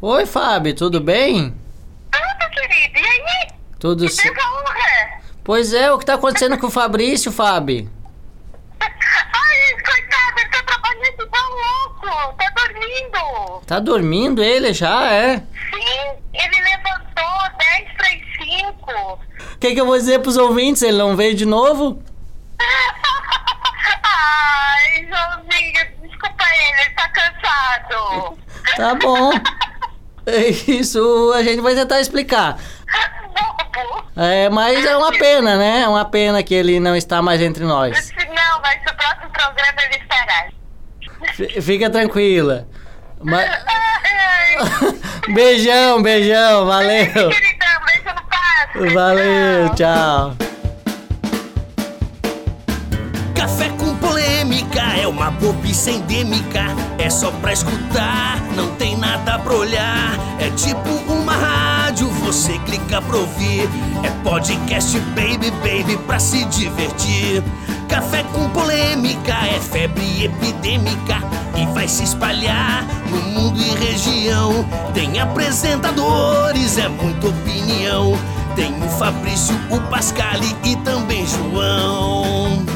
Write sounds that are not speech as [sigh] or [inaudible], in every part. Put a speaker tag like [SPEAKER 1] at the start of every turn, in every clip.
[SPEAKER 1] Oi, Fábio, tudo bem?
[SPEAKER 2] Tudo, querido. E aí?
[SPEAKER 1] Tudo
[SPEAKER 2] Que
[SPEAKER 1] certo.
[SPEAKER 2] teve a honra? [laughs]
[SPEAKER 1] Pois é, o que tá acontecendo com o Fabrício, Fábio?
[SPEAKER 2] Ai, coitado, ele tá trabalhando igual louco. Tá dormindo.
[SPEAKER 1] Tá dormindo ele já, é?
[SPEAKER 2] Sim, ele levantou 10 para as 5.
[SPEAKER 1] O que, que eu vou dizer pros ouvintes? Ele não veio de novo?
[SPEAKER 2] [laughs] Ai, Joãozinho, desculpa ele, ele tá cansado. [laughs]
[SPEAKER 1] Tá bom. É Isso a gente vai tentar explicar.
[SPEAKER 2] Bobo.
[SPEAKER 1] É, mas é uma pena, né? É uma pena que ele não está mais entre nós.
[SPEAKER 2] Se Não, mas no próximo programa ele
[SPEAKER 1] [laughs]
[SPEAKER 2] estará.
[SPEAKER 1] F- fica tranquila. Ma- [laughs]
[SPEAKER 2] Ai,
[SPEAKER 1] beijão, beijão, valeu.
[SPEAKER 2] queridão, beijo no passo.
[SPEAKER 1] Valeu, tchau.
[SPEAKER 3] Café com polêmica é uma bobice endêmica. É só pra escutar, não tem nada pra olhar. É tipo uma rádio, você clica pra ouvir. É podcast, baby, baby, pra se divertir. Café com polêmica é febre epidêmica e vai se espalhar no mundo e região. Tem apresentadores, é muita opinião. Tem o Fabrício, o Pascal e também João.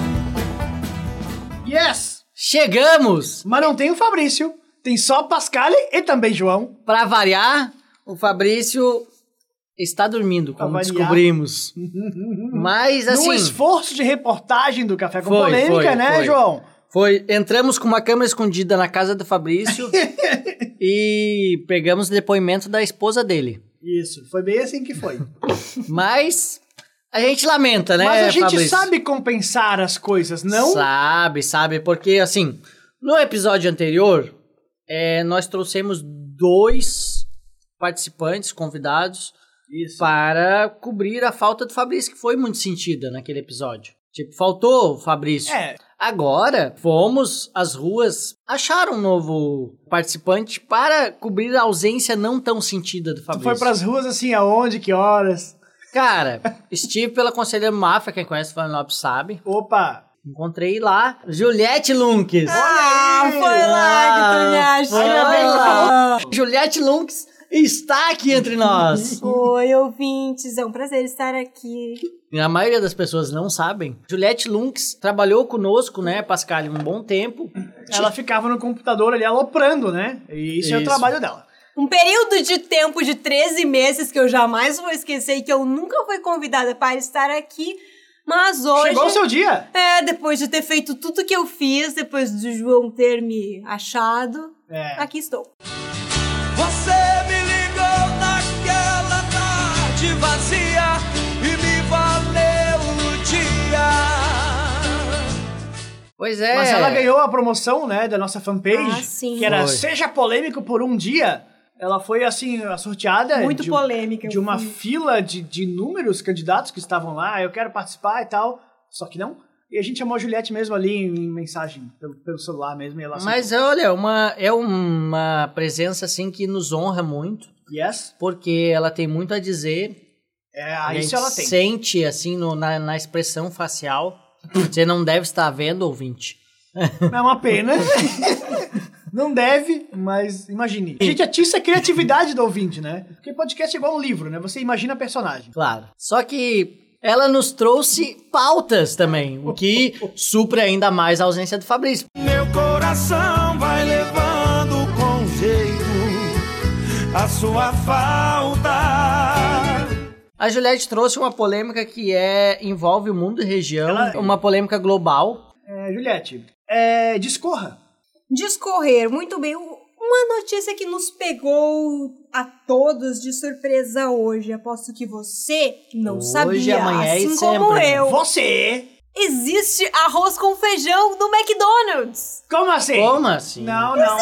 [SPEAKER 4] Yes!
[SPEAKER 1] Chegamos!
[SPEAKER 4] Mas não tem o Fabrício, tem só Pascal e também João.
[SPEAKER 1] Pra variar, o Fabrício está dormindo, como
[SPEAKER 4] variar. [laughs]
[SPEAKER 1] descobrimos. Mas
[SPEAKER 4] no
[SPEAKER 1] assim,
[SPEAKER 4] esforço de reportagem do Café com
[SPEAKER 1] Foi,
[SPEAKER 4] Polêmica,
[SPEAKER 1] foi,
[SPEAKER 4] né,
[SPEAKER 1] foi.
[SPEAKER 4] João?
[SPEAKER 1] foi, entramos com uma câmera escondida na casa do
[SPEAKER 4] [laughs]
[SPEAKER 1] Fabrício e pegamos o depoimento da esposa dele.
[SPEAKER 4] Isso, foi bem assim
[SPEAKER 1] [laughs]
[SPEAKER 4] que foi.
[SPEAKER 1] Né, Mas a gente lamenta, né,
[SPEAKER 4] Mas a gente
[SPEAKER 1] Fabrício?
[SPEAKER 4] sabe compensar as coisas, não?
[SPEAKER 1] Sabe, sabe, porque assim, no episódio anterior, é, nós trouxemos dois participantes, convidados,
[SPEAKER 4] Isso.
[SPEAKER 1] para cobrir a falta do Fabrício, que foi muito sentida naquele episódio. Tipo, faltou o Fabrício.
[SPEAKER 4] É,
[SPEAKER 1] Agora, fomos às ruas achar um novo participante para cobrir a ausência não tão sentida do
[SPEAKER 4] tu
[SPEAKER 1] Fabrício.
[SPEAKER 4] foi pras ruas assim, aonde, que horas? [laughs]
[SPEAKER 1] Cara, estive pela Conselheira Mafra, quem conhece o Florianópolis sabe.
[SPEAKER 4] Opa!
[SPEAKER 1] Encontrei lá Juliette Lunques.
[SPEAKER 5] Ah,
[SPEAKER 4] aí!
[SPEAKER 5] foi lá que tu me
[SPEAKER 1] Olha bem
[SPEAKER 5] achou.
[SPEAKER 1] lá. Juliette Lunks está aqui entre nós.
[SPEAKER 5] Oi, ouvintes. É um prazer estar aqui.
[SPEAKER 1] E A maioria das pessoas não sabem. Juliette Lunks trabalhou conosco, né, Pascal, um bom tempo.
[SPEAKER 4] Ela ficava no computador ali aloprando, né? E isso, é o
[SPEAKER 1] Isso.
[SPEAKER 4] trabalho dela.
[SPEAKER 5] Um período de tempo de 13 meses que eu jamais vou esquecer e que eu nunca fui convidada para estar aqui. Mas hoje.
[SPEAKER 4] Chegou o seu dia!
[SPEAKER 5] É, depois de ter feito tudo que eu fiz, depois do João ter me achado,
[SPEAKER 4] É.
[SPEAKER 5] aqui estou.
[SPEAKER 3] Você me ligou naquela tarde vazia e me valeu o dia.
[SPEAKER 1] Pois é.
[SPEAKER 4] Mas ela ganhou a promoção, né, da nossa fanpage,
[SPEAKER 5] Ah, sim.
[SPEAKER 4] que era
[SPEAKER 1] Foi.
[SPEAKER 4] Seja Polêmico por um dia. Ela foi, assim, a sorteada
[SPEAKER 5] Muito
[SPEAKER 4] de, um
[SPEAKER 5] polêmica.
[SPEAKER 4] de
[SPEAKER 5] eu
[SPEAKER 4] uma
[SPEAKER 5] fui.
[SPEAKER 4] fila de, de inúmeros candidatos que estavam lá, "Ah, eu quero participar e tal, só que não. E a gente chamou a Juliette mesmo ali em mensagem, pelo, pelo celular mesmo, e ela assim,
[SPEAKER 1] Mas olha, uma, é uma presença assim que nos honra muito,
[SPEAKER 4] assim, yes,
[SPEAKER 1] porque ela tem muito a dizer.
[SPEAKER 4] é,
[SPEAKER 1] a gente
[SPEAKER 4] isso ela tem.
[SPEAKER 1] sente assim no- na, na expressão facial. Você não deve estar vendo, ouvinte.
[SPEAKER 4] É uma pena. [laughs] Não deve, mas imagine. A gente atiça a criatividade do ouvinte, né? Porque podcast é igual um livro, né? Você imagina a personagem.
[SPEAKER 1] Claro. Só que ela nos trouxe pautas também, o que supre ainda mais a ausência do Fabrício.
[SPEAKER 3] Meu coração vai levando com jeito a sua falta.
[SPEAKER 1] A Juliette trouxe uma polêmica que é envolve o mundo e região,
[SPEAKER 4] Ela-
[SPEAKER 1] uma polêmica global.
[SPEAKER 4] É, Juliette, é, discorra.
[SPEAKER 5] discorrer muito bem. U- Uma notícia que nos pegou a todos de surpresa hoje. Aposto que você não
[SPEAKER 1] Hoje,
[SPEAKER 5] sabia,
[SPEAKER 1] amanhã e
[SPEAKER 5] assim como
[SPEAKER 1] sempre.
[SPEAKER 5] eu.
[SPEAKER 4] Você!
[SPEAKER 5] Existe arroz com feijão no McDonald's.
[SPEAKER 4] Como assim?
[SPEAKER 1] Como assim?
[SPEAKER 4] Não, não,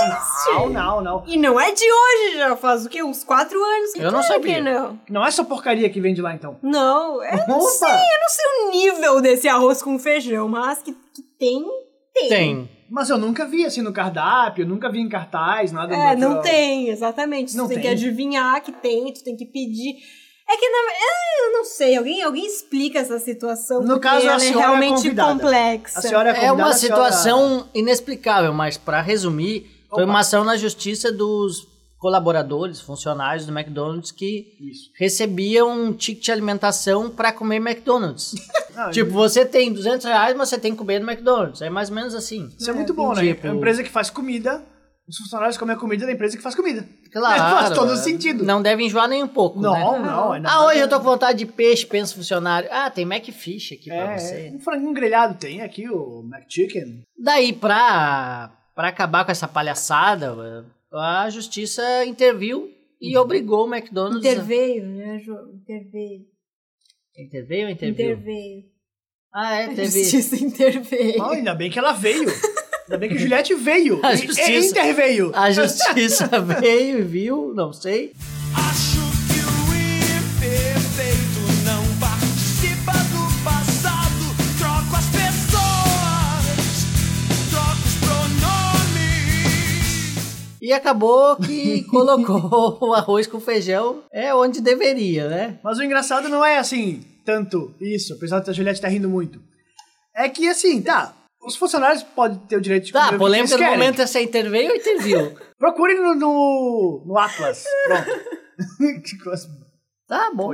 [SPEAKER 4] não, não, não.
[SPEAKER 5] E não é de hoje, já faz o quê? Uns quatro anos.
[SPEAKER 1] Eu não
[SPEAKER 5] Claro que
[SPEAKER 1] sabia.
[SPEAKER 5] Não,
[SPEAKER 4] Não é essa porcaria que vende lá, então.
[SPEAKER 5] não é, não
[SPEAKER 4] Opa!
[SPEAKER 5] sei, eu não sei o nível desse arroz com feijão, mas que, que tem, tem.
[SPEAKER 1] Tem.
[SPEAKER 4] Mas eu nunca vi assim no cardápio, nunca vi em cartaz, nada.
[SPEAKER 5] É,
[SPEAKER 4] muito-
[SPEAKER 5] não tem, exatamente.
[SPEAKER 4] Não
[SPEAKER 5] tu tem, que
[SPEAKER 4] tem.
[SPEAKER 5] adivinhar que tem, tu tem que pedir. É que na- é, eu não sei, alguém, alguém explica essa situação.
[SPEAKER 4] No
[SPEAKER 5] porque
[SPEAKER 4] caso, a
[SPEAKER 5] ela é
[SPEAKER 4] senhora é
[SPEAKER 5] realmente
[SPEAKER 4] convidada.
[SPEAKER 5] complexa.
[SPEAKER 4] A senhora
[SPEAKER 1] É
[SPEAKER 4] convidada,
[SPEAKER 1] uma
[SPEAKER 4] a senhora-
[SPEAKER 1] situação inexplicável, mas para resumir, foi
[SPEAKER 4] Opa.
[SPEAKER 1] uma ação na justiça dos colaboradores, funcionários do McDonald's que
[SPEAKER 4] Isso.
[SPEAKER 1] recebiam um ticket de alimentação pra comer McDonald's.
[SPEAKER 4] Ah,
[SPEAKER 1] tipo, você tem 200 reais, mas você tem que comer no McDonald's. É mais ou menos assim.
[SPEAKER 4] Isso é muito bom, né?
[SPEAKER 1] Tipo-
[SPEAKER 4] É uma empresa que faz comida, os funcionários comem a comida da empresa que faz comida.
[SPEAKER 1] Claro.
[SPEAKER 4] Faz todo sentido.
[SPEAKER 1] Não deve enjoar nem um pouco, né?
[SPEAKER 4] Não, não. é
[SPEAKER 1] Ah,
[SPEAKER 4] nada-
[SPEAKER 1] hoje eu tô com vontade de peixe, pensa o funcionário. Ah, tem McFish aqui pra
[SPEAKER 4] É,
[SPEAKER 1] você.
[SPEAKER 4] um franguinho grelhado tem aqui, o McChicken.
[SPEAKER 1] Daí, pra, pra acabar com essa palhaçada, a justiça interviu e
[SPEAKER 4] Uhum.
[SPEAKER 1] obrigou o
[SPEAKER 4] é
[SPEAKER 1] McDonald's... a-
[SPEAKER 5] Interveio, né, João? Interveio.
[SPEAKER 1] Interveio ou interviu?
[SPEAKER 5] Interveio.
[SPEAKER 1] Ah, é,
[SPEAKER 5] A
[SPEAKER 1] teve...
[SPEAKER 5] justiça interveio.
[SPEAKER 4] Ah, ainda bem que ela
[SPEAKER 5] [laughs]
[SPEAKER 4] veio. Ainda bem que Juliette veio.
[SPEAKER 1] A
[SPEAKER 4] E-
[SPEAKER 1] justiça.
[SPEAKER 4] E interveio.
[SPEAKER 1] A
[SPEAKER 4] [laughs]
[SPEAKER 1] justiça veio e viu, não sei.
[SPEAKER 3] Acho que o imperfeito não participa do passado. Troco as pessoas, troco os pronomes.
[SPEAKER 1] E acabou que colocou o arroz com feijão é onde deveria, né?
[SPEAKER 4] Mas o engraçado não é assim, tanto isso, apesar de a Juliette tá rindo muito. É que assim, tá. Os funcionários podem ter o direito de comer
[SPEAKER 1] Tá,
[SPEAKER 4] o
[SPEAKER 1] a
[SPEAKER 4] que eles
[SPEAKER 1] polêmica do
[SPEAKER 4] querem.
[SPEAKER 1] momento é se interveio ou interviu.
[SPEAKER 4] Procure no, no, no Atlas. Pronto. [laughs] Que coisa.
[SPEAKER 1] Tá bom.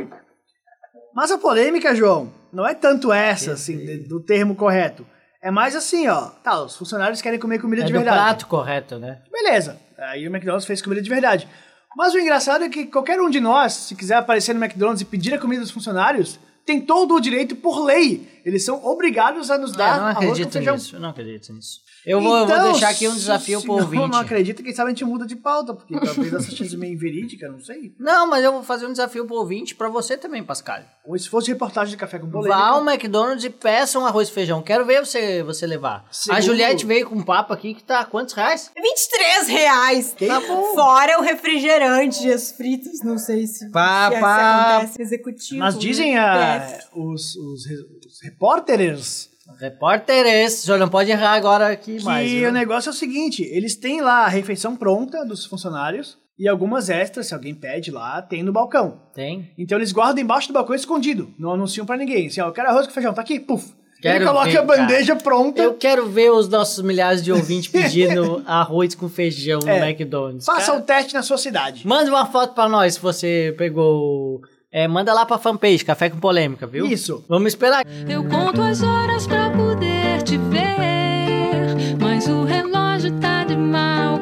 [SPEAKER 4] Mas a polêmica, João, não é tanto essa, assim, de- do termo correto. É mais assim, ó. Tá, os funcionários querem comer comida
[SPEAKER 1] É
[SPEAKER 4] [laughs] de
[SPEAKER 1] do
[SPEAKER 4] verdade.
[SPEAKER 1] prato correto, né?
[SPEAKER 4] Beleza. Aí o McDonald's fez comida de verdade. Mas o engraçado é que qualquer um de nós, se quiser aparecer no McDonald's e pedir a comida dos funcionários, tem todo o direito por lei. Eles são obrigados a nos
[SPEAKER 1] Ah,
[SPEAKER 4] dar
[SPEAKER 1] eu não
[SPEAKER 4] arroz com
[SPEAKER 1] acredito
[SPEAKER 4] feijão.
[SPEAKER 1] nisso, eu não acredito nisso. Eu vou, eu vou
[SPEAKER 4] Então,
[SPEAKER 1] deixar aqui um
[SPEAKER 4] se-
[SPEAKER 1] desafio
[SPEAKER 4] se
[SPEAKER 1] pro
[SPEAKER 4] não-
[SPEAKER 1] ouvinte.
[SPEAKER 4] não acredita, quem sabe a gente muda de pauta, porque talvez essa seja meio verídica, não sei.
[SPEAKER 1] Não, mas eu vou fazer um desafio pro ouvinte pra você também, Pascal.
[SPEAKER 4] Ou se fosse reportagem de café com polêmica.
[SPEAKER 1] Vá ao McDonald's e peça um arroz e feijão. Quero ver você, você levar. A
[SPEAKER 4] Segundo-
[SPEAKER 1] Juliette veio com um papo aqui que tá a quantos reais?
[SPEAKER 5] É 23 reais.
[SPEAKER 1] Tá bom.
[SPEAKER 5] Fora o refrigerante, os fritos, não sei se,
[SPEAKER 1] Pá,
[SPEAKER 5] se essa
[SPEAKER 1] pá.
[SPEAKER 5] acontece executivo.
[SPEAKER 4] Mas
[SPEAKER 5] né?
[SPEAKER 4] dizem a-
[SPEAKER 5] PF.
[SPEAKER 4] os, os, re- os repórteres
[SPEAKER 1] Repórteres, o senhor não pode errar agora aqui
[SPEAKER 4] que
[SPEAKER 1] mais. viu?
[SPEAKER 4] o negócio é o seguinte, eles têm lá a refeição pronta dos funcionários e algumas extras, se alguém pede lá, tem no balcão.
[SPEAKER 1] Tem?
[SPEAKER 4] Então eles guardam embaixo do balcão escondido, não anunciam pra ninguém. Assim, ó, eu quero arroz com feijão, tá aqui, puf.
[SPEAKER 1] Quero
[SPEAKER 4] Ele coloca
[SPEAKER 1] ver,
[SPEAKER 4] a bandeja pronta.
[SPEAKER 1] Eu quero ver os nossos milhares de
[SPEAKER 4] [laughs]
[SPEAKER 1] ouvintes pedindo arroz com feijão no
[SPEAKER 4] É.
[SPEAKER 1] McDonald's.
[SPEAKER 4] Faça
[SPEAKER 1] cara.
[SPEAKER 4] o teste na sua cidade.
[SPEAKER 1] Manda uma foto pra nós se você pegou. É, manda lá pra fanpage, Café com Polêmica, viu?
[SPEAKER 4] Isso.
[SPEAKER 1] Vamos esperar.
[SPEAKER 6] Eu conto as horas pra poder te ver, mas o relógio tá de mal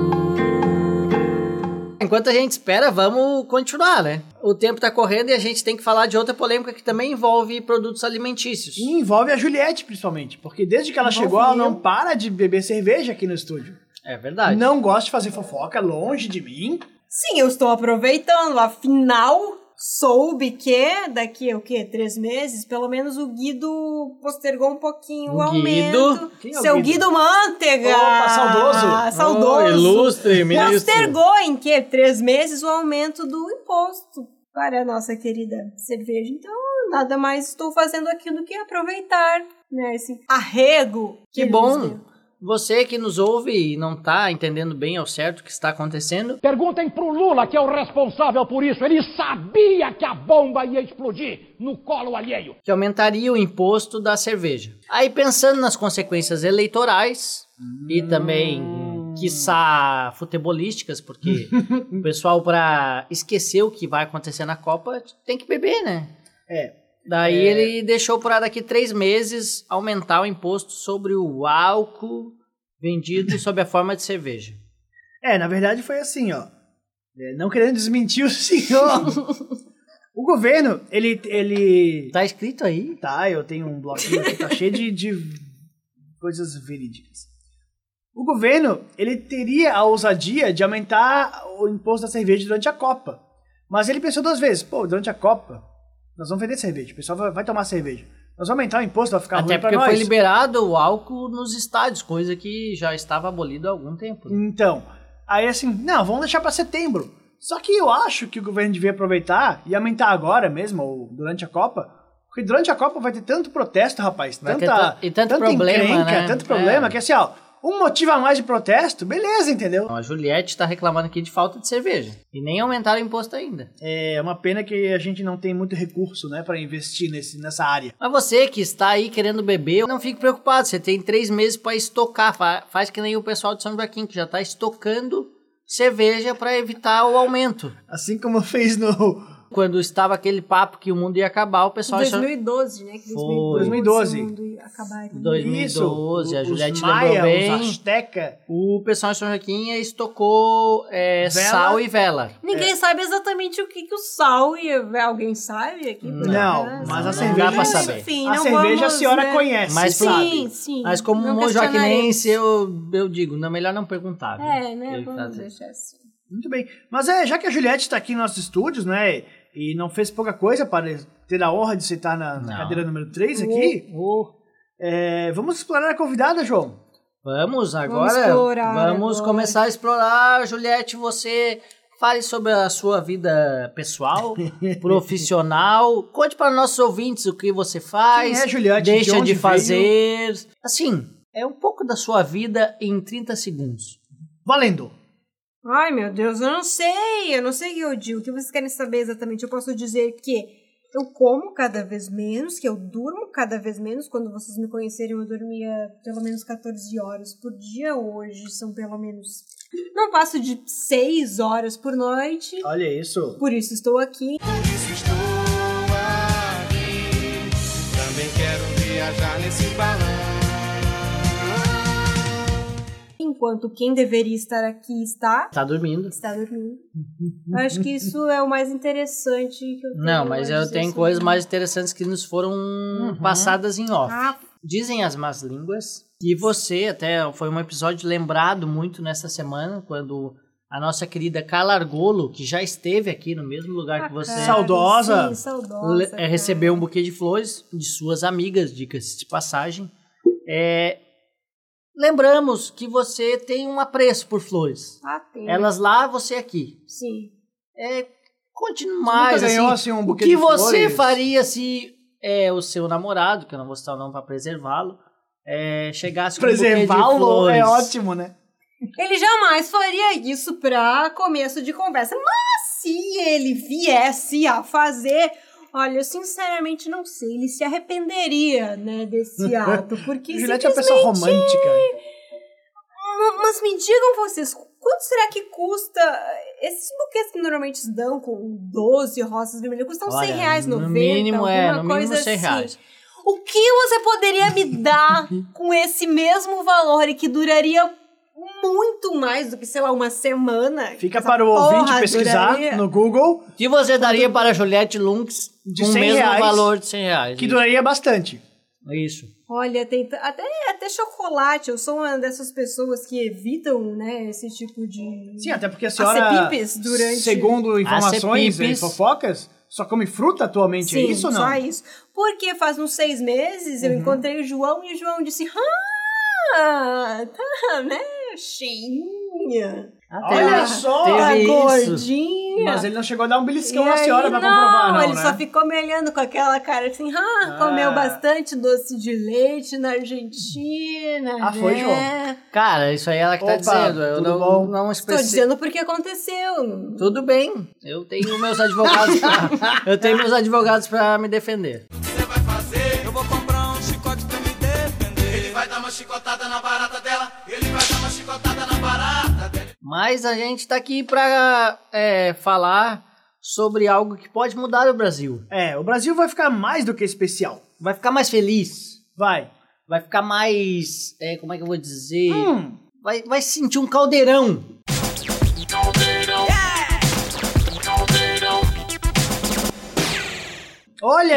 [SPEAKER 6] comigo.
[SPEAKER 1] Enquanto a gente espera, vamos continuar, né? O tempo tá correndo e a gente tem que falar de outra polêmica que também envolve produtos alimentícios.
[SPEAKER 4] E envolve a Juliette, principalmente, porque desde que ela
[SPEAKER 5] Envolve
[SPEAKER 4] chegou, ela
[SPEAKER 5] eu.
[SPEAKER 4] não para de beber cerveja aqui no estúdio.
[SPEAKER 1] É verdade.
[SPEAKER 4] Não gosta de fazer fofoca, longe de mim.
[SPEAKER 5] Sim, eu estou aproveitando. Afinal, soube que daqui o quê? Três meses? Pelo menos o Guido postergou um pouquinho o
[SPEAKER 1] Guido?
[SPEAKER 5] aumento.
[SPEAKER 4] Quem é o
[SPEAKER 5] Seu
[SPEAKER 4] Guido?
[SPEAKER 5] Guido Mantega! Ah,
[SPEAKER 4] Opa, saudoso!
[SPEAKER 5] é Saudoso! é
[SPEAKER 1] Oh, ilustre, ministro.
[SPEAKER 5] Postergou em que? Três meses o aumento do imposto para a nossa querida cerveja. Então, nada mais estou fazendo aqui do que aproveitar né, esse arrego.
[SPEAKER 1] Que
[SPEAKER 5] ele nos
[SPEAKER 1] bom.
[SPEAKER 5] deu.
[SPEAKER 1] Você que nos ouve e não tá entendendo bem ao certo o que está acontecendo,
[SPEAKER 7] Perguntem pro Lula, que é o responsável por isso. Ele sabia que a bomba ia explodir no colo alheio.
[SPEAKER 1] que aumentaria o imposto da cerveja. Aí pensando nas consequências eleitorais e também,
[SPEAKER 4] Hum.
[SPEAKER 1] quiçá, futebolísticas,
[SPEAKER 4] [laughs]
[SPEAKER 1] porque o pessoal, pra esquecer o que vai acontecer na Copa, tem que beber, né?
[SPEAKER 4] É.
[SPEAKER 1] Daí ele deixou pra daqui três meses aumentar o imposto sobre o álcool vendido sob a forma de cerveja.
[SPEAKER 4] É, na verdade foi assim, ó. É, não querendo desmentir o [laughs] senhor. o governo, ele, ele.
[SPEAKER 1] Tá escrito aí?
[SPEAKER 4] Tá, eu tenho um bloquinho aqui, tá
[SPEAKER 1] [laughs]
[SPEAKER 4] cheio de, de coisas verídicas. O governo, ele teria a ousadia de aumentar o imposto da cerveja durante a Copa. Mas ele pensou duas vezes, pô, durante a Copa, nós vamos vender cerveja, o pessoal vai, vai tomar cerveja. Nós vamos aumentar o imposto, vai ficar
[SPEAKER 1] Até
[SPEAKER 4] ruim pra
[SPEAKER 1] porque
[SPEAKER 4] nós.
[SPEAKER 1] foi liberado o álcool nos estádios, coisa que já estava abolida há algum tempo. né?
[SPEAKER 4] Então, aí assim, não, vamos deixar pra setembro. Só que eu acho que o governo devia aproveitar e aumentar agora mesmo, ou durante a Copa, porque durante a Copa vai ter tanto protesto, rapaz,
[SPEAKER 1] Vai ter
[SPEAKER 4] tanta,
[SPEAKER 1] tan- e tanto problema, né?
[SPEAKER 4] tanto problema,
[SPEAKER 1] É.
[SPEAKER 4] que assim, ó, um motivo a mais de protesto, beleza, entendeu?
[SPEAKER 1] Então, A Juliette está reclamando aqui de falta de cerveja. E nem aumentaram o imposto ainda.
[SPEAKER 4] É uma pena que a gente não tem muito recurso, né, pra investir nesse, nessa área.
[SPEAKER 1] Mas você que está aí querendo beber, não fique preocupado. Você tem três meses para estocar. Fa- Faz que nem o pessoal de São Joaquim, que já está tá estocando cerveja para evitar o aumento.
[SPEAKER 4] Assim como fez no
[SPEAKER 1] Quando estava aquele papo que o mundo ia acabar, o pessoal achou...
[SPEAKER 5] 2012, né? Que
[SPEAKER 4] 2012.
[SPEAKER 5] O mundo ia acabar. né?
[SPEAKER 1] 2012, a
[SPEAKER 4] os
[SPEAKER 1] Juliette
[SPEAKER 4] Maia,
[SPEAKER 1] lembrou bem.
[SPEAKER 4] Os Azteca.
[SPEAKER 1] O pessoal em São Joaquim eh, estocou é,
[SPEAKER 4] Vela.
[SPEAKER 1] sal e vela.
[SPEAKER 5] Ninguém sabe exatamente o que, que o sal ia. Alguém sabe aqui?
[SPEAKER 4] Não,
[SPEAKER 5] Ah,
[SPEAKER 4] mas
[SPEAKER 1] a
[SPEAKER 5] não.
[SPEAKER 1] cerveja- Dá pra saber.
[SPEAKER 5] Enfim,
[SPEAKER 4] a
[SPEAKER 5] não
[SPEAKER 4] cerveja a
[SPEAKER 5] vamos,
[SPEAKER 4] senhora
[SPEAKER 5] né?
[SPEAKER 4] conhece,
[SPEAKER 1] Mas
[SPEAKER 5] sim,
[SPEAKER 4] sabe?
[SPEAKER 5] sim.
[SPEAKER 1] Mas como
[SPEAKER 5] Não
[SPEAKER 1] um joaquinense,
[SPEAKER 5] questionaremos.
[SPEAKER 1] eu, eu digo, não, melhor não perguntar. viu?
[SPEAKER 5] É, né?
[SPEAKER 1] Ele tá
[SPEAKER 5] Vamos
[SPEAKER 1] dizendo.
[SPEAKER 5] deixar assim.
[SPEAKER 4] Muito bem. Mas é, já que a Juliette está aqui em nossos estúdios, né? E não fez pouca coisa para ter a honra de sentar na, na
[SPEAKER 1] Não.
[SPEAKER 4] cadeira número 3 aqui. é, vamos explorar a convidada, João.
[SPEAKER 1] Vamos agora, vamos,
[SPEAKER 5] explorar agora.
[SPEAKER 1] começar a explorar. Juliette, você fale sobre a sua vida
[SPEAKER 4] [laughs]
[SPEAKER 1] pessoal, profissional. Conte para nossos ouvintes o que você faz,
[SPEAKER 4] Quem é Juliette? De
[SPEAKER 1] deixa
[SPEAKER 4] onde
[SPEAKER 1] de,
[SPEAKER 4] veio?
[SPEAKER 1] fazer. Assim, é um pouco da sua vida em 30 segundos.
[SPEAKER 4] Valendo.
[SPEAKER 5] Ai, meu Deus, eu não sei. Eu não sei o que eu digo. O que vocês querem saber exatamente? Eu posso dizer que eu como cada vez menos, que eu durmo cada vez menos. Quando vocês me conhecerem, eu dormia pelo menos 14 horas por dia. Hoje são pelo menos. Não passo de 6 horas por noite.
[SPEAKER 4] Olha isso.
[SPEAKER 5] Por isso estou aqui.
[SPEAKER 8] Estou aqui. Também quero viajar nesse balão.
[SPEAKER 5] Enquanto quem deveria estar aqui está.
[SPEAKER 1] Tá dormindo?
[SPEAKER 5] Está dormindo. Eu Acho que isso é o mais interessante que eu tenho. assim, né?
[SPEAKER 1] Não, mas
[SPEAKER 5] a
[SPEAKER 1] eu
[SPEAKER 5] dizer
[SPEAKER 1] tenho
[SPEAKER 5] sobre-
[SPEAKER 1] coisas mais interessantes que nos foram
[SPEAKER 4] Uhum.
[SPEAKER 1] passadas em off.
[SPEAKER 5] Ah,
[SPEAKER 4] Tá
[SPEAKER 1] Dizem as más línguas que você, até foi um episódio lembrado muito nessa semana, quando a nossa querida Calargolo, que já esteve aqui no mesmo lugar que você,
[SPEAKER 5] cara,
[SPEAKER 4] Saudosa.
[SPEAKER 5] Sim,
[SPEAKER 1] le-
[SPEAKER 5] saudosa.
[SPEAKER 1] é, recebeu um buquê de flores de suas amigas, dicas de passagem. É, lembramos que você tem um apreço por flores.
[SPEAKER 5] Ah, tem.
[SPEAKER 1] Elas lá, você aqui.
[SPEAKER 5] Sim.
[SPEAKER 1] É, continue
[SPEAKER 4] Nunca
[SPEAKER 1] mais,
[SPEAKER 4] ganhou
[SPEAKER 1] assim,
[SPEAKER 4] assim um
[SPEAKER 1] o
[SPEAKER 4] buquê
[SPEAKER 1] que
[SPEAKER 4] de
[SPEAKER 1] você
[SPEAKER 4] flores?
[SPEAKER 1] faria se é, o seu namorado, que eu não vou citar o nome para preservá-lo, é, chegasse com um buquê de
[SPEAKER 4] Preservá-lo
[SPEAKER 1] flores?
[SPEAKER 4] é ótimo, né?
[SPEAKER 5] Ele jamais faria isso pra começo de conversa. Mas se ele viesse a fazer. Olha, eu sinceramente não sei, ele se arrependeria,
[SPEAKER 1] [laughs]
[SPEAKER 5] né, desse ato, porque
[SPEAKER 4] Juliette é uma pessoa romântica.
[SPEAKER 5] Ma- Mas me digam vocês, quanto será que custa eh, esses buquês que normalmente dão com 12 rosas vermelhas? Custam R$ 100
[SPEAKER 1] Olha,
[SPEAKER 5] reais,
[SPEAKER 1] no
[SPEAKER 5] 90,
[SPEAKER 1] mínimo,
[SPEAKER 5] alguma
[SPEAKER 1] é, no mínimo
[SPEAKER 5] coisa
[SPEAKER 1] 100
[SPEAKER 5] assim.
[SPEAKER 1] reais.
[SPEAKER 5] O que você poderia me dar
[SPEAKER 1] [laughs]
[SPEAKER 5] com esse mesmo valor e que duraria muito mais do que, sei lá, uma semana?
[SPEAKER 4] Fica
[SPEAKER 5] Essa
[SPEAKER 4] para o ouvinte
[SPEAKER 5] porra
[SPEAKER 4] pesquisar
[SPEAKER 5] duraria-
[SPEAKER 4] no Google,
[SPEAKER 1] O que você daria para Juliette Lunks
[SPEAKER 4] De
[SPEAKER 1] com o
[SPEAKER 4] 100
[SPEAKER 1] mesmo
[SPEAKER 4] reais,
[SPEAKER 1] valor de 100 reais?
[SPEAKER 4] que duraria bastante.
[SPEAKER 1] Isso.
[SPEAKER 5] Olha, tem t- até, até chocolate. Eu sou uma dessas pessoas que evitam, né, esse tipo de...
[SPEAKER 4] Sim, até porque a senhora,
[SPEAKER 5] Cepipes durante-
[SPEAKER 4] segundo informações e
[SPEAKER 1] Cepipes.
[SPEAKER 4] fofocas, só come fruta atualmente, é isso ou não? Uhum.
[SPEAKER 5] só isso. Porque faz uns seis meses eu encontrei o João e o João disse: Ah, tá, né? Cheinha.
[SPEAKER 4] Olha só!
[SPEAKER 5] Tá
[SPEAKER 1] Teve isso.
[SPEAKER 5] gordinha.
[SPEAKER 4] Mas ele não chegou a dar um beliscão
[SPEAKER 5] E
[SPEAKER 4] na
[SPEAKER 5] aí,
[SPEAKER 4] senhora pra comprovar, não,
[SPEAKER 5] ele
[SPEAKER 4] né?
[SPEAKER 5] só ficou me olhando com aquela cara assim, ah,
[SPEAKER 4] Ah.
[SPEAKER 5] comeu bastante doce de leite na Argentina,
[SPEAKER 4] Ah, foi,
[SPEAKER 5] né?
[SPEAKER 4] João?
[SPEAKER 1] Cara, isso aí ela que tá
[SPEAKER 4] Opa,
[SPEAKER 1] dizendo. Eu
[SPEAKER 4] tudo
[SPEAKER 1] não,
[SPEAKER 4] bom?
[SPEAKER 1] não
[SPEAKER 5] Estou
[SPEAKER 1] expressei.
[SPEAKER 5] dizendo porque aconteceu.
[SPEAKER 1] Tudo bem. Eu tenho meus advogados [laughs] pra, Eu tenho meus advogados para me defender.
[SPEAKER 8] Você vai fazer? Eu vou comprar um chicote pra me defender. Ele vai dar uma chicotada na barata dela. Ele vai dar uma chicotada na barata dela.
[SPEAKER 1] Mas a gente tá aqui pra é, falar sobre algo que pode mudar o Brasil.
[SPEAKER 4] É, o Brasil vai ficar mais do que especial.
[SPEAKER 1] Vai ficar mais feliz.
[SPEAKER 4] Vai.
[SPEAKER 1] Vai ficar mais. é, como é que eu vou dizer?
[SPEAKER 4] Hum,
[SPEAKER 1] Vai, vai sentir um caldeirão.
[SPEAKER 4] olha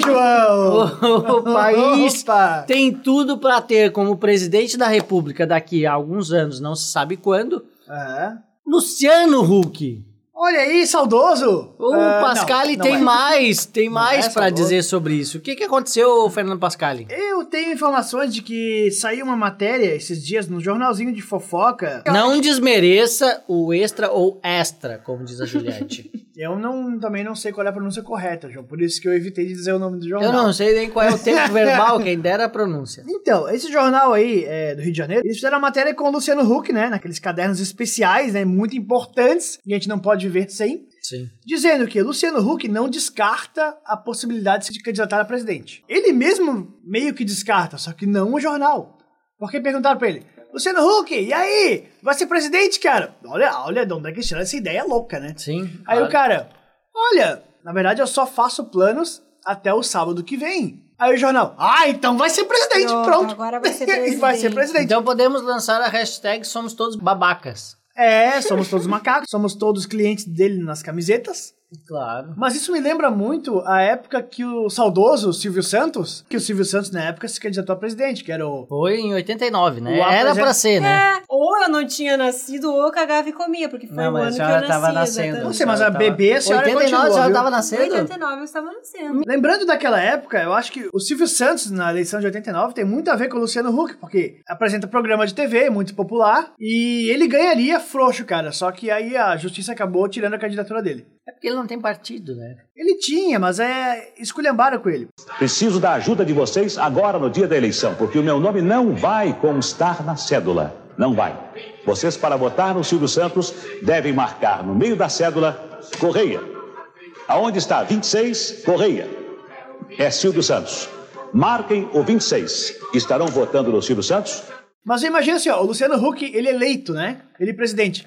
[SPEAKER 1] [laughs]
[SPEAKER 4] [laughs] João!
[SPEAKER 1] O
[SPEAKER 4] [laughs]
[SPEAKER 1] país
[SPEAKER 4] Opa!
[SPEAKER 1] tem tudo pra ter como presidente da República daqui a alguns anos, não se sabe quando,
[SPEAKER 4] É.
[SPEAKER 1] Luciano Huck.
[SPEAKER 4] Olha aí, saudoso!
[SPEAKER 1] O
[SPEAKER 4] Ah,
[SPEAKER 1] Pascali
[SPEAKER 4] não, não
[SPEAKER 1] tem
[SPEAKER 4] é.
[SPEAKER 1] mais, tem mais
[SPEAKER 4] é,
[SPEAKER 1] pra
[SPEAKER 4] falou.
[SPEAKER 1] dizer sobre isso. O que, que aconteceu, Fernando Pascali?
[SPEAKER 4] Eu tenho informações de que saiu uma matéria esses dias no jornalzinho de fofoca.
[SPEAKER 1] Não desmereça o extra ou extra, como diz a Juliette.
[SPEAKER 4] Eu não, também não sei qual é a pronúncia correta, João. Por isso que eu evitei de dizer o nome do jornal.
[SPEAKER 1] Eu [laughs] não sei nem qual é o [laughs] tempo verbal, quem dera a pronúncia.
[SPEAKER 4] Então, esse jornal aí é, do Rio de Janeiro, eles fizeram a matéria com o Luciano Huck, né? Naqueles cadernos especiais, né? Muito importantes, que a gente não pode viver sem.
[SPEAKER 1] Sim.
[SPEAKER 4] Dizendo que Luciano Huck não descarta a possibilidade de se candidatar a presidente. Ele mesmo meio que descarta, só que não o jornal. Porque perguntaram pra ele: Luciano Huck, e aí? Vai ser presidente, cara? Olha, olha de onde é que tiraram essa ideia louca, né?
[SPEAKER 1] Sim.
[SPEAKER 4] Aí
[SPEAKER 1] claro.
[SPEAKER 4] o cara, olha, na verdade eu só faço planos até o sábado que vem. Aí o jornal, ah, então vai ser presidente,
[SPEAKER 5] Pronto,
[SPEAKER 4] pronto.
[SPEAKER 5] agora vai ser
[SPEAKER 4] [laughs] e vai ser
[SPEAKER 5] presidente.
[SPEAKER 4] presidente.
[SPEAKER 1] Então podemos lançar a hashtag Somos Todos Babacas.
[SPEAKER 4] É, somos todos macacos, somos todos clientes dele nas camisetas.
[SPEAKER 1] Claro.
[SPEAKER 4] Mas isso me lembra muito a época que o saudoso Silvio Santos, que o Silvio Santos na época se candidatou a presidente, que era o...
[SPEAKER 1] Foi em 89, né?
[SPEAKER 4] O
[SPEAKER 1] Era
[SPEAKER 4] apresenta-
[SPEAKER 1] pra ser, né?
[SPEAKER 5] É, ou eu não tinha nascido, ou eu cagava e comia, porque foi
[SPEAKER 1] Não,
[SPEAKER 5] o
[SPEAKER 1] mas a
[SPEAKER 5] ano que eu
[SPEAKER 1] senhora
[SPEAKER 5] nasci.
[SPEAKER 1] tava nascendo.
[SPEAKER 4] Não
[SPEAKER 5] exatamente.
[SPEAKER 4] sei, mas a bebê, a senhora
[SPEAKER 1] 89
[SPEAKER 4] continuou,
[SPEAKER 1] já
[SPEAKER 4] viu?
[SPEAKER 1] tava
[SPEAKER 5] Em
[SPEAKER 1] nascendo?
[SPEAKER 5] 89 eu estava nascendo.
[SPEAKER 4] Lembrando daquela época, eu acho que o Silvio Santos, na eleição de 89, tem muito a ver com o Luciano Huck, porque apresenta programa de TV, muito popular, e ele ganharia frouxo, cara. Só que aí a justiça acabou tirando a candidatura dele.
[SPEAKER 1] É porque ele não tem partido, né?
[SPEAKER 4] Ele tinha, mas é. esculhambaram com ele.
[SPEAKER 9] Preciso da ajuda de vocês agora no dia da eleição, porque o meu nome não vai constar na cédula. Não vai. Vocês, para votar no Silvio Santos, devem marcar no meio da cédula Correia. Aonde está 26, Correia. É Silvio Santos. Marquem o 26. Estarão votando no Silvio Santos?
[SPEAKER 4] Mas imagina assim, ó, o Luciano Huck, ele eleito, né? Ele presidente.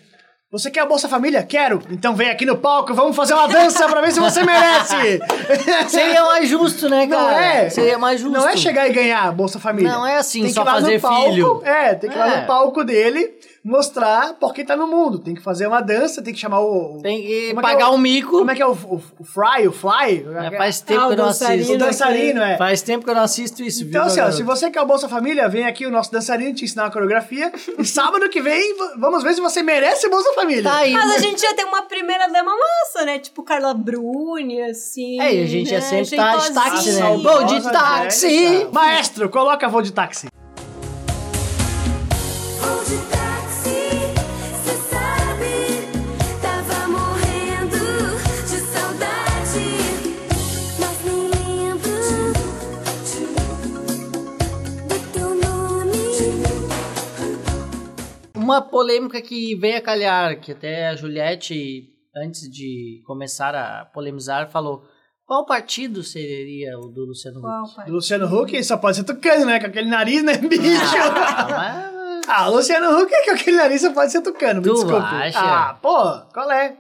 [SPEAKER 4] Você quer a Bolsa Família? Quero! Então vem aqui no palco, vamos fazer uma dança pra ver se você merece! [laughs]
[SPEAKER 1] Seria mais justo, né,
[SPEAKER 4] Não
[SPEAKER 1] cara?
[SPEAKER 4] é.
[SPEAKER 1] Seria mais justo.
[SPEAKER 4] Não é chegar e ganhar a Bolsa Família.
[SPEAKER 1] Não é assim,
[SPEAKER 4] tem
[SPEAKER 1] só
[SPEAKER 4] que ir lá
[SPEAKER 1] fazer
[SPEAKER 4] no palco,
[SPEAKER 1] filho.
[SPEAKER 4] É, tem que ir lá
[SPEAKER 1] É.
[SPEAKER 4] no palco dele mostrar por que tá no mundo. Tem que fazer uma dança, tem que chamar o. o-
[SPEAKER 1] Tem que
[SPEAKER 4] como é
[SPEAKER 1] pagar
[SPEAKER 4] é
[SPEAKER 1] um mico.
[SPEAKER 4] Como é que é o, o, o Fry, o Fly?
[SPEAKER 1] É, faz tempo
[SPEAKER 5] Ah, o
[SPEAKER 1] que eu não
[SPEAKER 5] dançarino.
[SPEAKER 1] assisto.
[SPEAKER 4] o dançarino, é.
[SPEAKER 1] Faz tempo que eu não assisto isso, viu?
[SPEAKER 4] Então, assim, ó,
[SPEAKER 1] garoto?
[SPEAKER 4] se você quer o Bolsa Família, vem aqui o nosso dançarino te ensinar a coreografia.
[SPEAKER 1] [laughs]
[SPEAKER 4] E sábado que vem, v- vamos ver se você merece o Bolsa Família.
[SPEAKER 1] Tá aí.
[SPEAKER 5] Mas a gente já tem uma primeira dama massa, né? Tipo Carla Bruni, assim.
[SPEAKER 1] É, e a gente
[SPEAKER 5] né?
[SPEAKER 1] já sempre tá de táxi, né?
[SPEAKER 5] Jeitosinha.
[SPEAKER 1] Bom, de
[SPEAKER 4] Rosa
[SPEAKER 1] táxi!
[SPEAKER 4] Velha, tá? Maestro, coloca voo de táxi.
[SPEAKER 10] Vou de táxi, cê sabe, tava morrendo de saudade, mas nem lembro do teu nome.
[SPEAKER 1] Uma polêmica que veio a calhar, que até a Juliette, antes de começar a polemizar, falou: qual partido seria o do Luciano
[SPEAKER 4] [laughs]
[SPEAKER 5] Qual,
[SPEAKER 1] Huck?
[SPEAKER 5] pai?
[SPEAKER 4] Do Luciano Huck só pode ser tucano, né? Com aquele nariz, né, bicho?
[SPEAKER 1] Ah, mas-
[SPEAKER 4] [laughs] Ah, Luciano Huck é que aquele nariz só pode ser tucano, me
[SPEAKER 1] Tu
[SPEAKER 4] desculpa.
[SPEAKER 1] acha?
[SPEAKER 4] Ah, pô, qual é?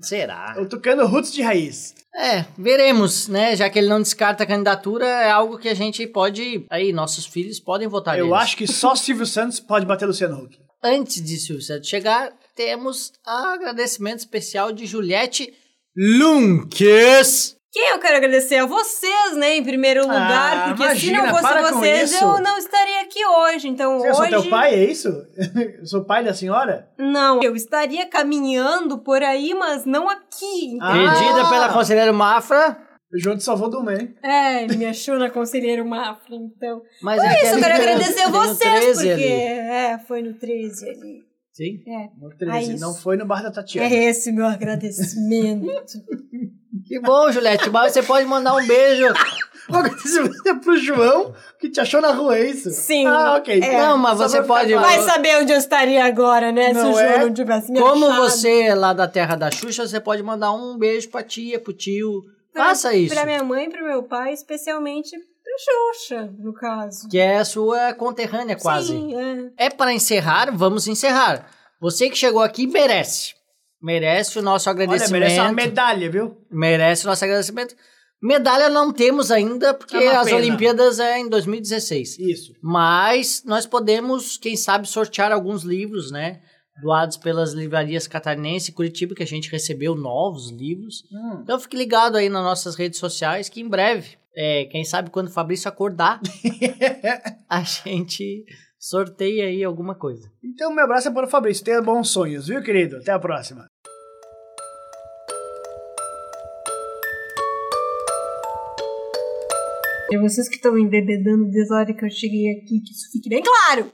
[SPEAKER 1] Será?
[SPEAKER 4] O tucano roots de raiz.
[SPEAKER 1] É, veremos, né? Já que ele não descarta a candidatura, é algo que a gente pode. Aí, nossos filhos podem votar
[SPEAKER 4] Eu
[SPEAKER 1] neles.
[SPEAKER 4] acho que só Silvio Santos pode bater Luciano Huck.
[SPEAKER 1] Antes de Silvio Santos chegar, temos agradecimento especial de Juliette Lunques.
[SPEAKER 5] Quem eu quero agradecer a vocês, né? Em primeiro lugar, porque
[SPEAKER 4] imagina,
[SPEAKER 5] se não fosse
[SPEAKER 4] para com
[SPEAKER 5] vocês,
[SPEAKER 4] isso.
[SPEAKER 5] eu não estaria aqui hoje. Então,
[SPEAKER 4] Eu sou
[SPEAKER 5] hoje.
[SPEAKER 4] teu pai, é isso? [laughs] Eu sou pai da senhora?
[SPEAKER 5] Não, eu estaria caminhando por aí, mas não aqui.
[SPEAKER 4] Ah.
[SPEAKER 1] Pedida pela conselheira Mafra.
[SPEAKER 4] O João te salvou do meio.
[SPEAKER 5] É, ele me achou na Conselheiro Mafra, então.
[SPEAKER 1] Mas
[SPEAKER 5] Por
[SPEAKER 1] é que
[SPEAKER 5] isso, eu
[SPEAKER 1] ela
[SPEAKER 5] quero
[SPEAKER 1] tem-
[SPEAKER 5] agradecer a
[SPEAKER 1] tem o
[SPEAKER 5] vocês,
[SPEAKER 1] 13
[SPEAKER 5] porque.
[SPEAKER 1] ali.
[SPEAKER 5] É, foi no 13 ali.
[SPEAKER 1] Sim.
[SPEAKER 5] É.
[SPEAKER 4] No
[SPEAKER 5] Ah,
[SPEAKER 4] 13,
[SPEAKER 5] isso.
[SPEAKER 4] não foi no bar da Tatiana. [laughs]
[SPEAKER 5] É esse meu agradecimento.
[SPEAKER 1] Que bom, Juliette. Mas você pode mandar um
[SPEAKER 5] [laughs]
[SPEAKER 1] beijo.
[SPEAKER 4] O agradecimento é pro João, que te achou na rua, é isso?
[SPEAKER 5] Sim.
[SPEAKER 4] Ah, ok.
[SPEAKER 5] É.
[SPEAKER 1] Não, mas
[SPEAKER 4] Só
[SPEAKER 1] você
[SPEAKER 4] pra
[SPEAKER 1] pode-
[SPEAKER 4] ficar
[SPEAKER 5] Vai
[SPEAKER 4] claro.
[SPEAKER 5] saber onde eu estaria agora, né? se
[SPEAKER 4] Não
[SPEAKER 5] o João
[SPEAKER 4] é?
[SPEAKER 5] não tivesse me
[SPEAKER 1] Como
[SPEAKER 5] achado.
[SPEAKER 1] você é lá da terra da Xuxa, você pode mandar um beijo pra tia, pro tio.
[SPEAKER 5] Pra-
[SPEAKER 1] Faça isso.
[SPEAKER 5] Pra minha mãe e pro meu pai, especialmente pra Xuxa, no caso.
[SPEAKER 1] Que é sua conterrânea, quase.
[SPEAKER 5] Sim, é.
[SPEAKER 1] É para encerrar, vamos encerrar. Você que chegou aqui merece. Merece o nosso
[SPEAKER 4] Olha,
[SPEAKER 1] agradecimento.
[SPEAKER 4] merece uma medalha, viu?
[SPEAKER 1] merece o nosso agradecimento. Medalha não temos ainda, porque
[SPEAKER 4] É uma
[SPEAKER 1] as
[SPEAKER 4] pena.
[SPEAKER 1] Olimpíadas é em 2016.
[SPEAKER 4] Isso.
[SPEAKER 1] Mas nós podemos, quem sabe, sortear alguns livros, né? Doados pelas livrarias catarinense e Curitiba, que a gente recebeu novos livros.
[SPEAKER 4] Hum.
[SPEAKER 1] Então fique ligado aí nas nossas redes sociais, que em breve, é, quem sabe quando o Fabrício
[SPEAKER 4] [laughs]
[SPEAKER 1] acordar, a gente sorteia aí alguma coisa.
[SPEAKER 4] Então, meu abraço é para o Fabrício. Tenha bons sonhos, viu, querido? Até a próxima.
[SPEAKER 5] E vocês que estão embebedando desde a hora que eu cheguei aqui, que isso fique bem claro.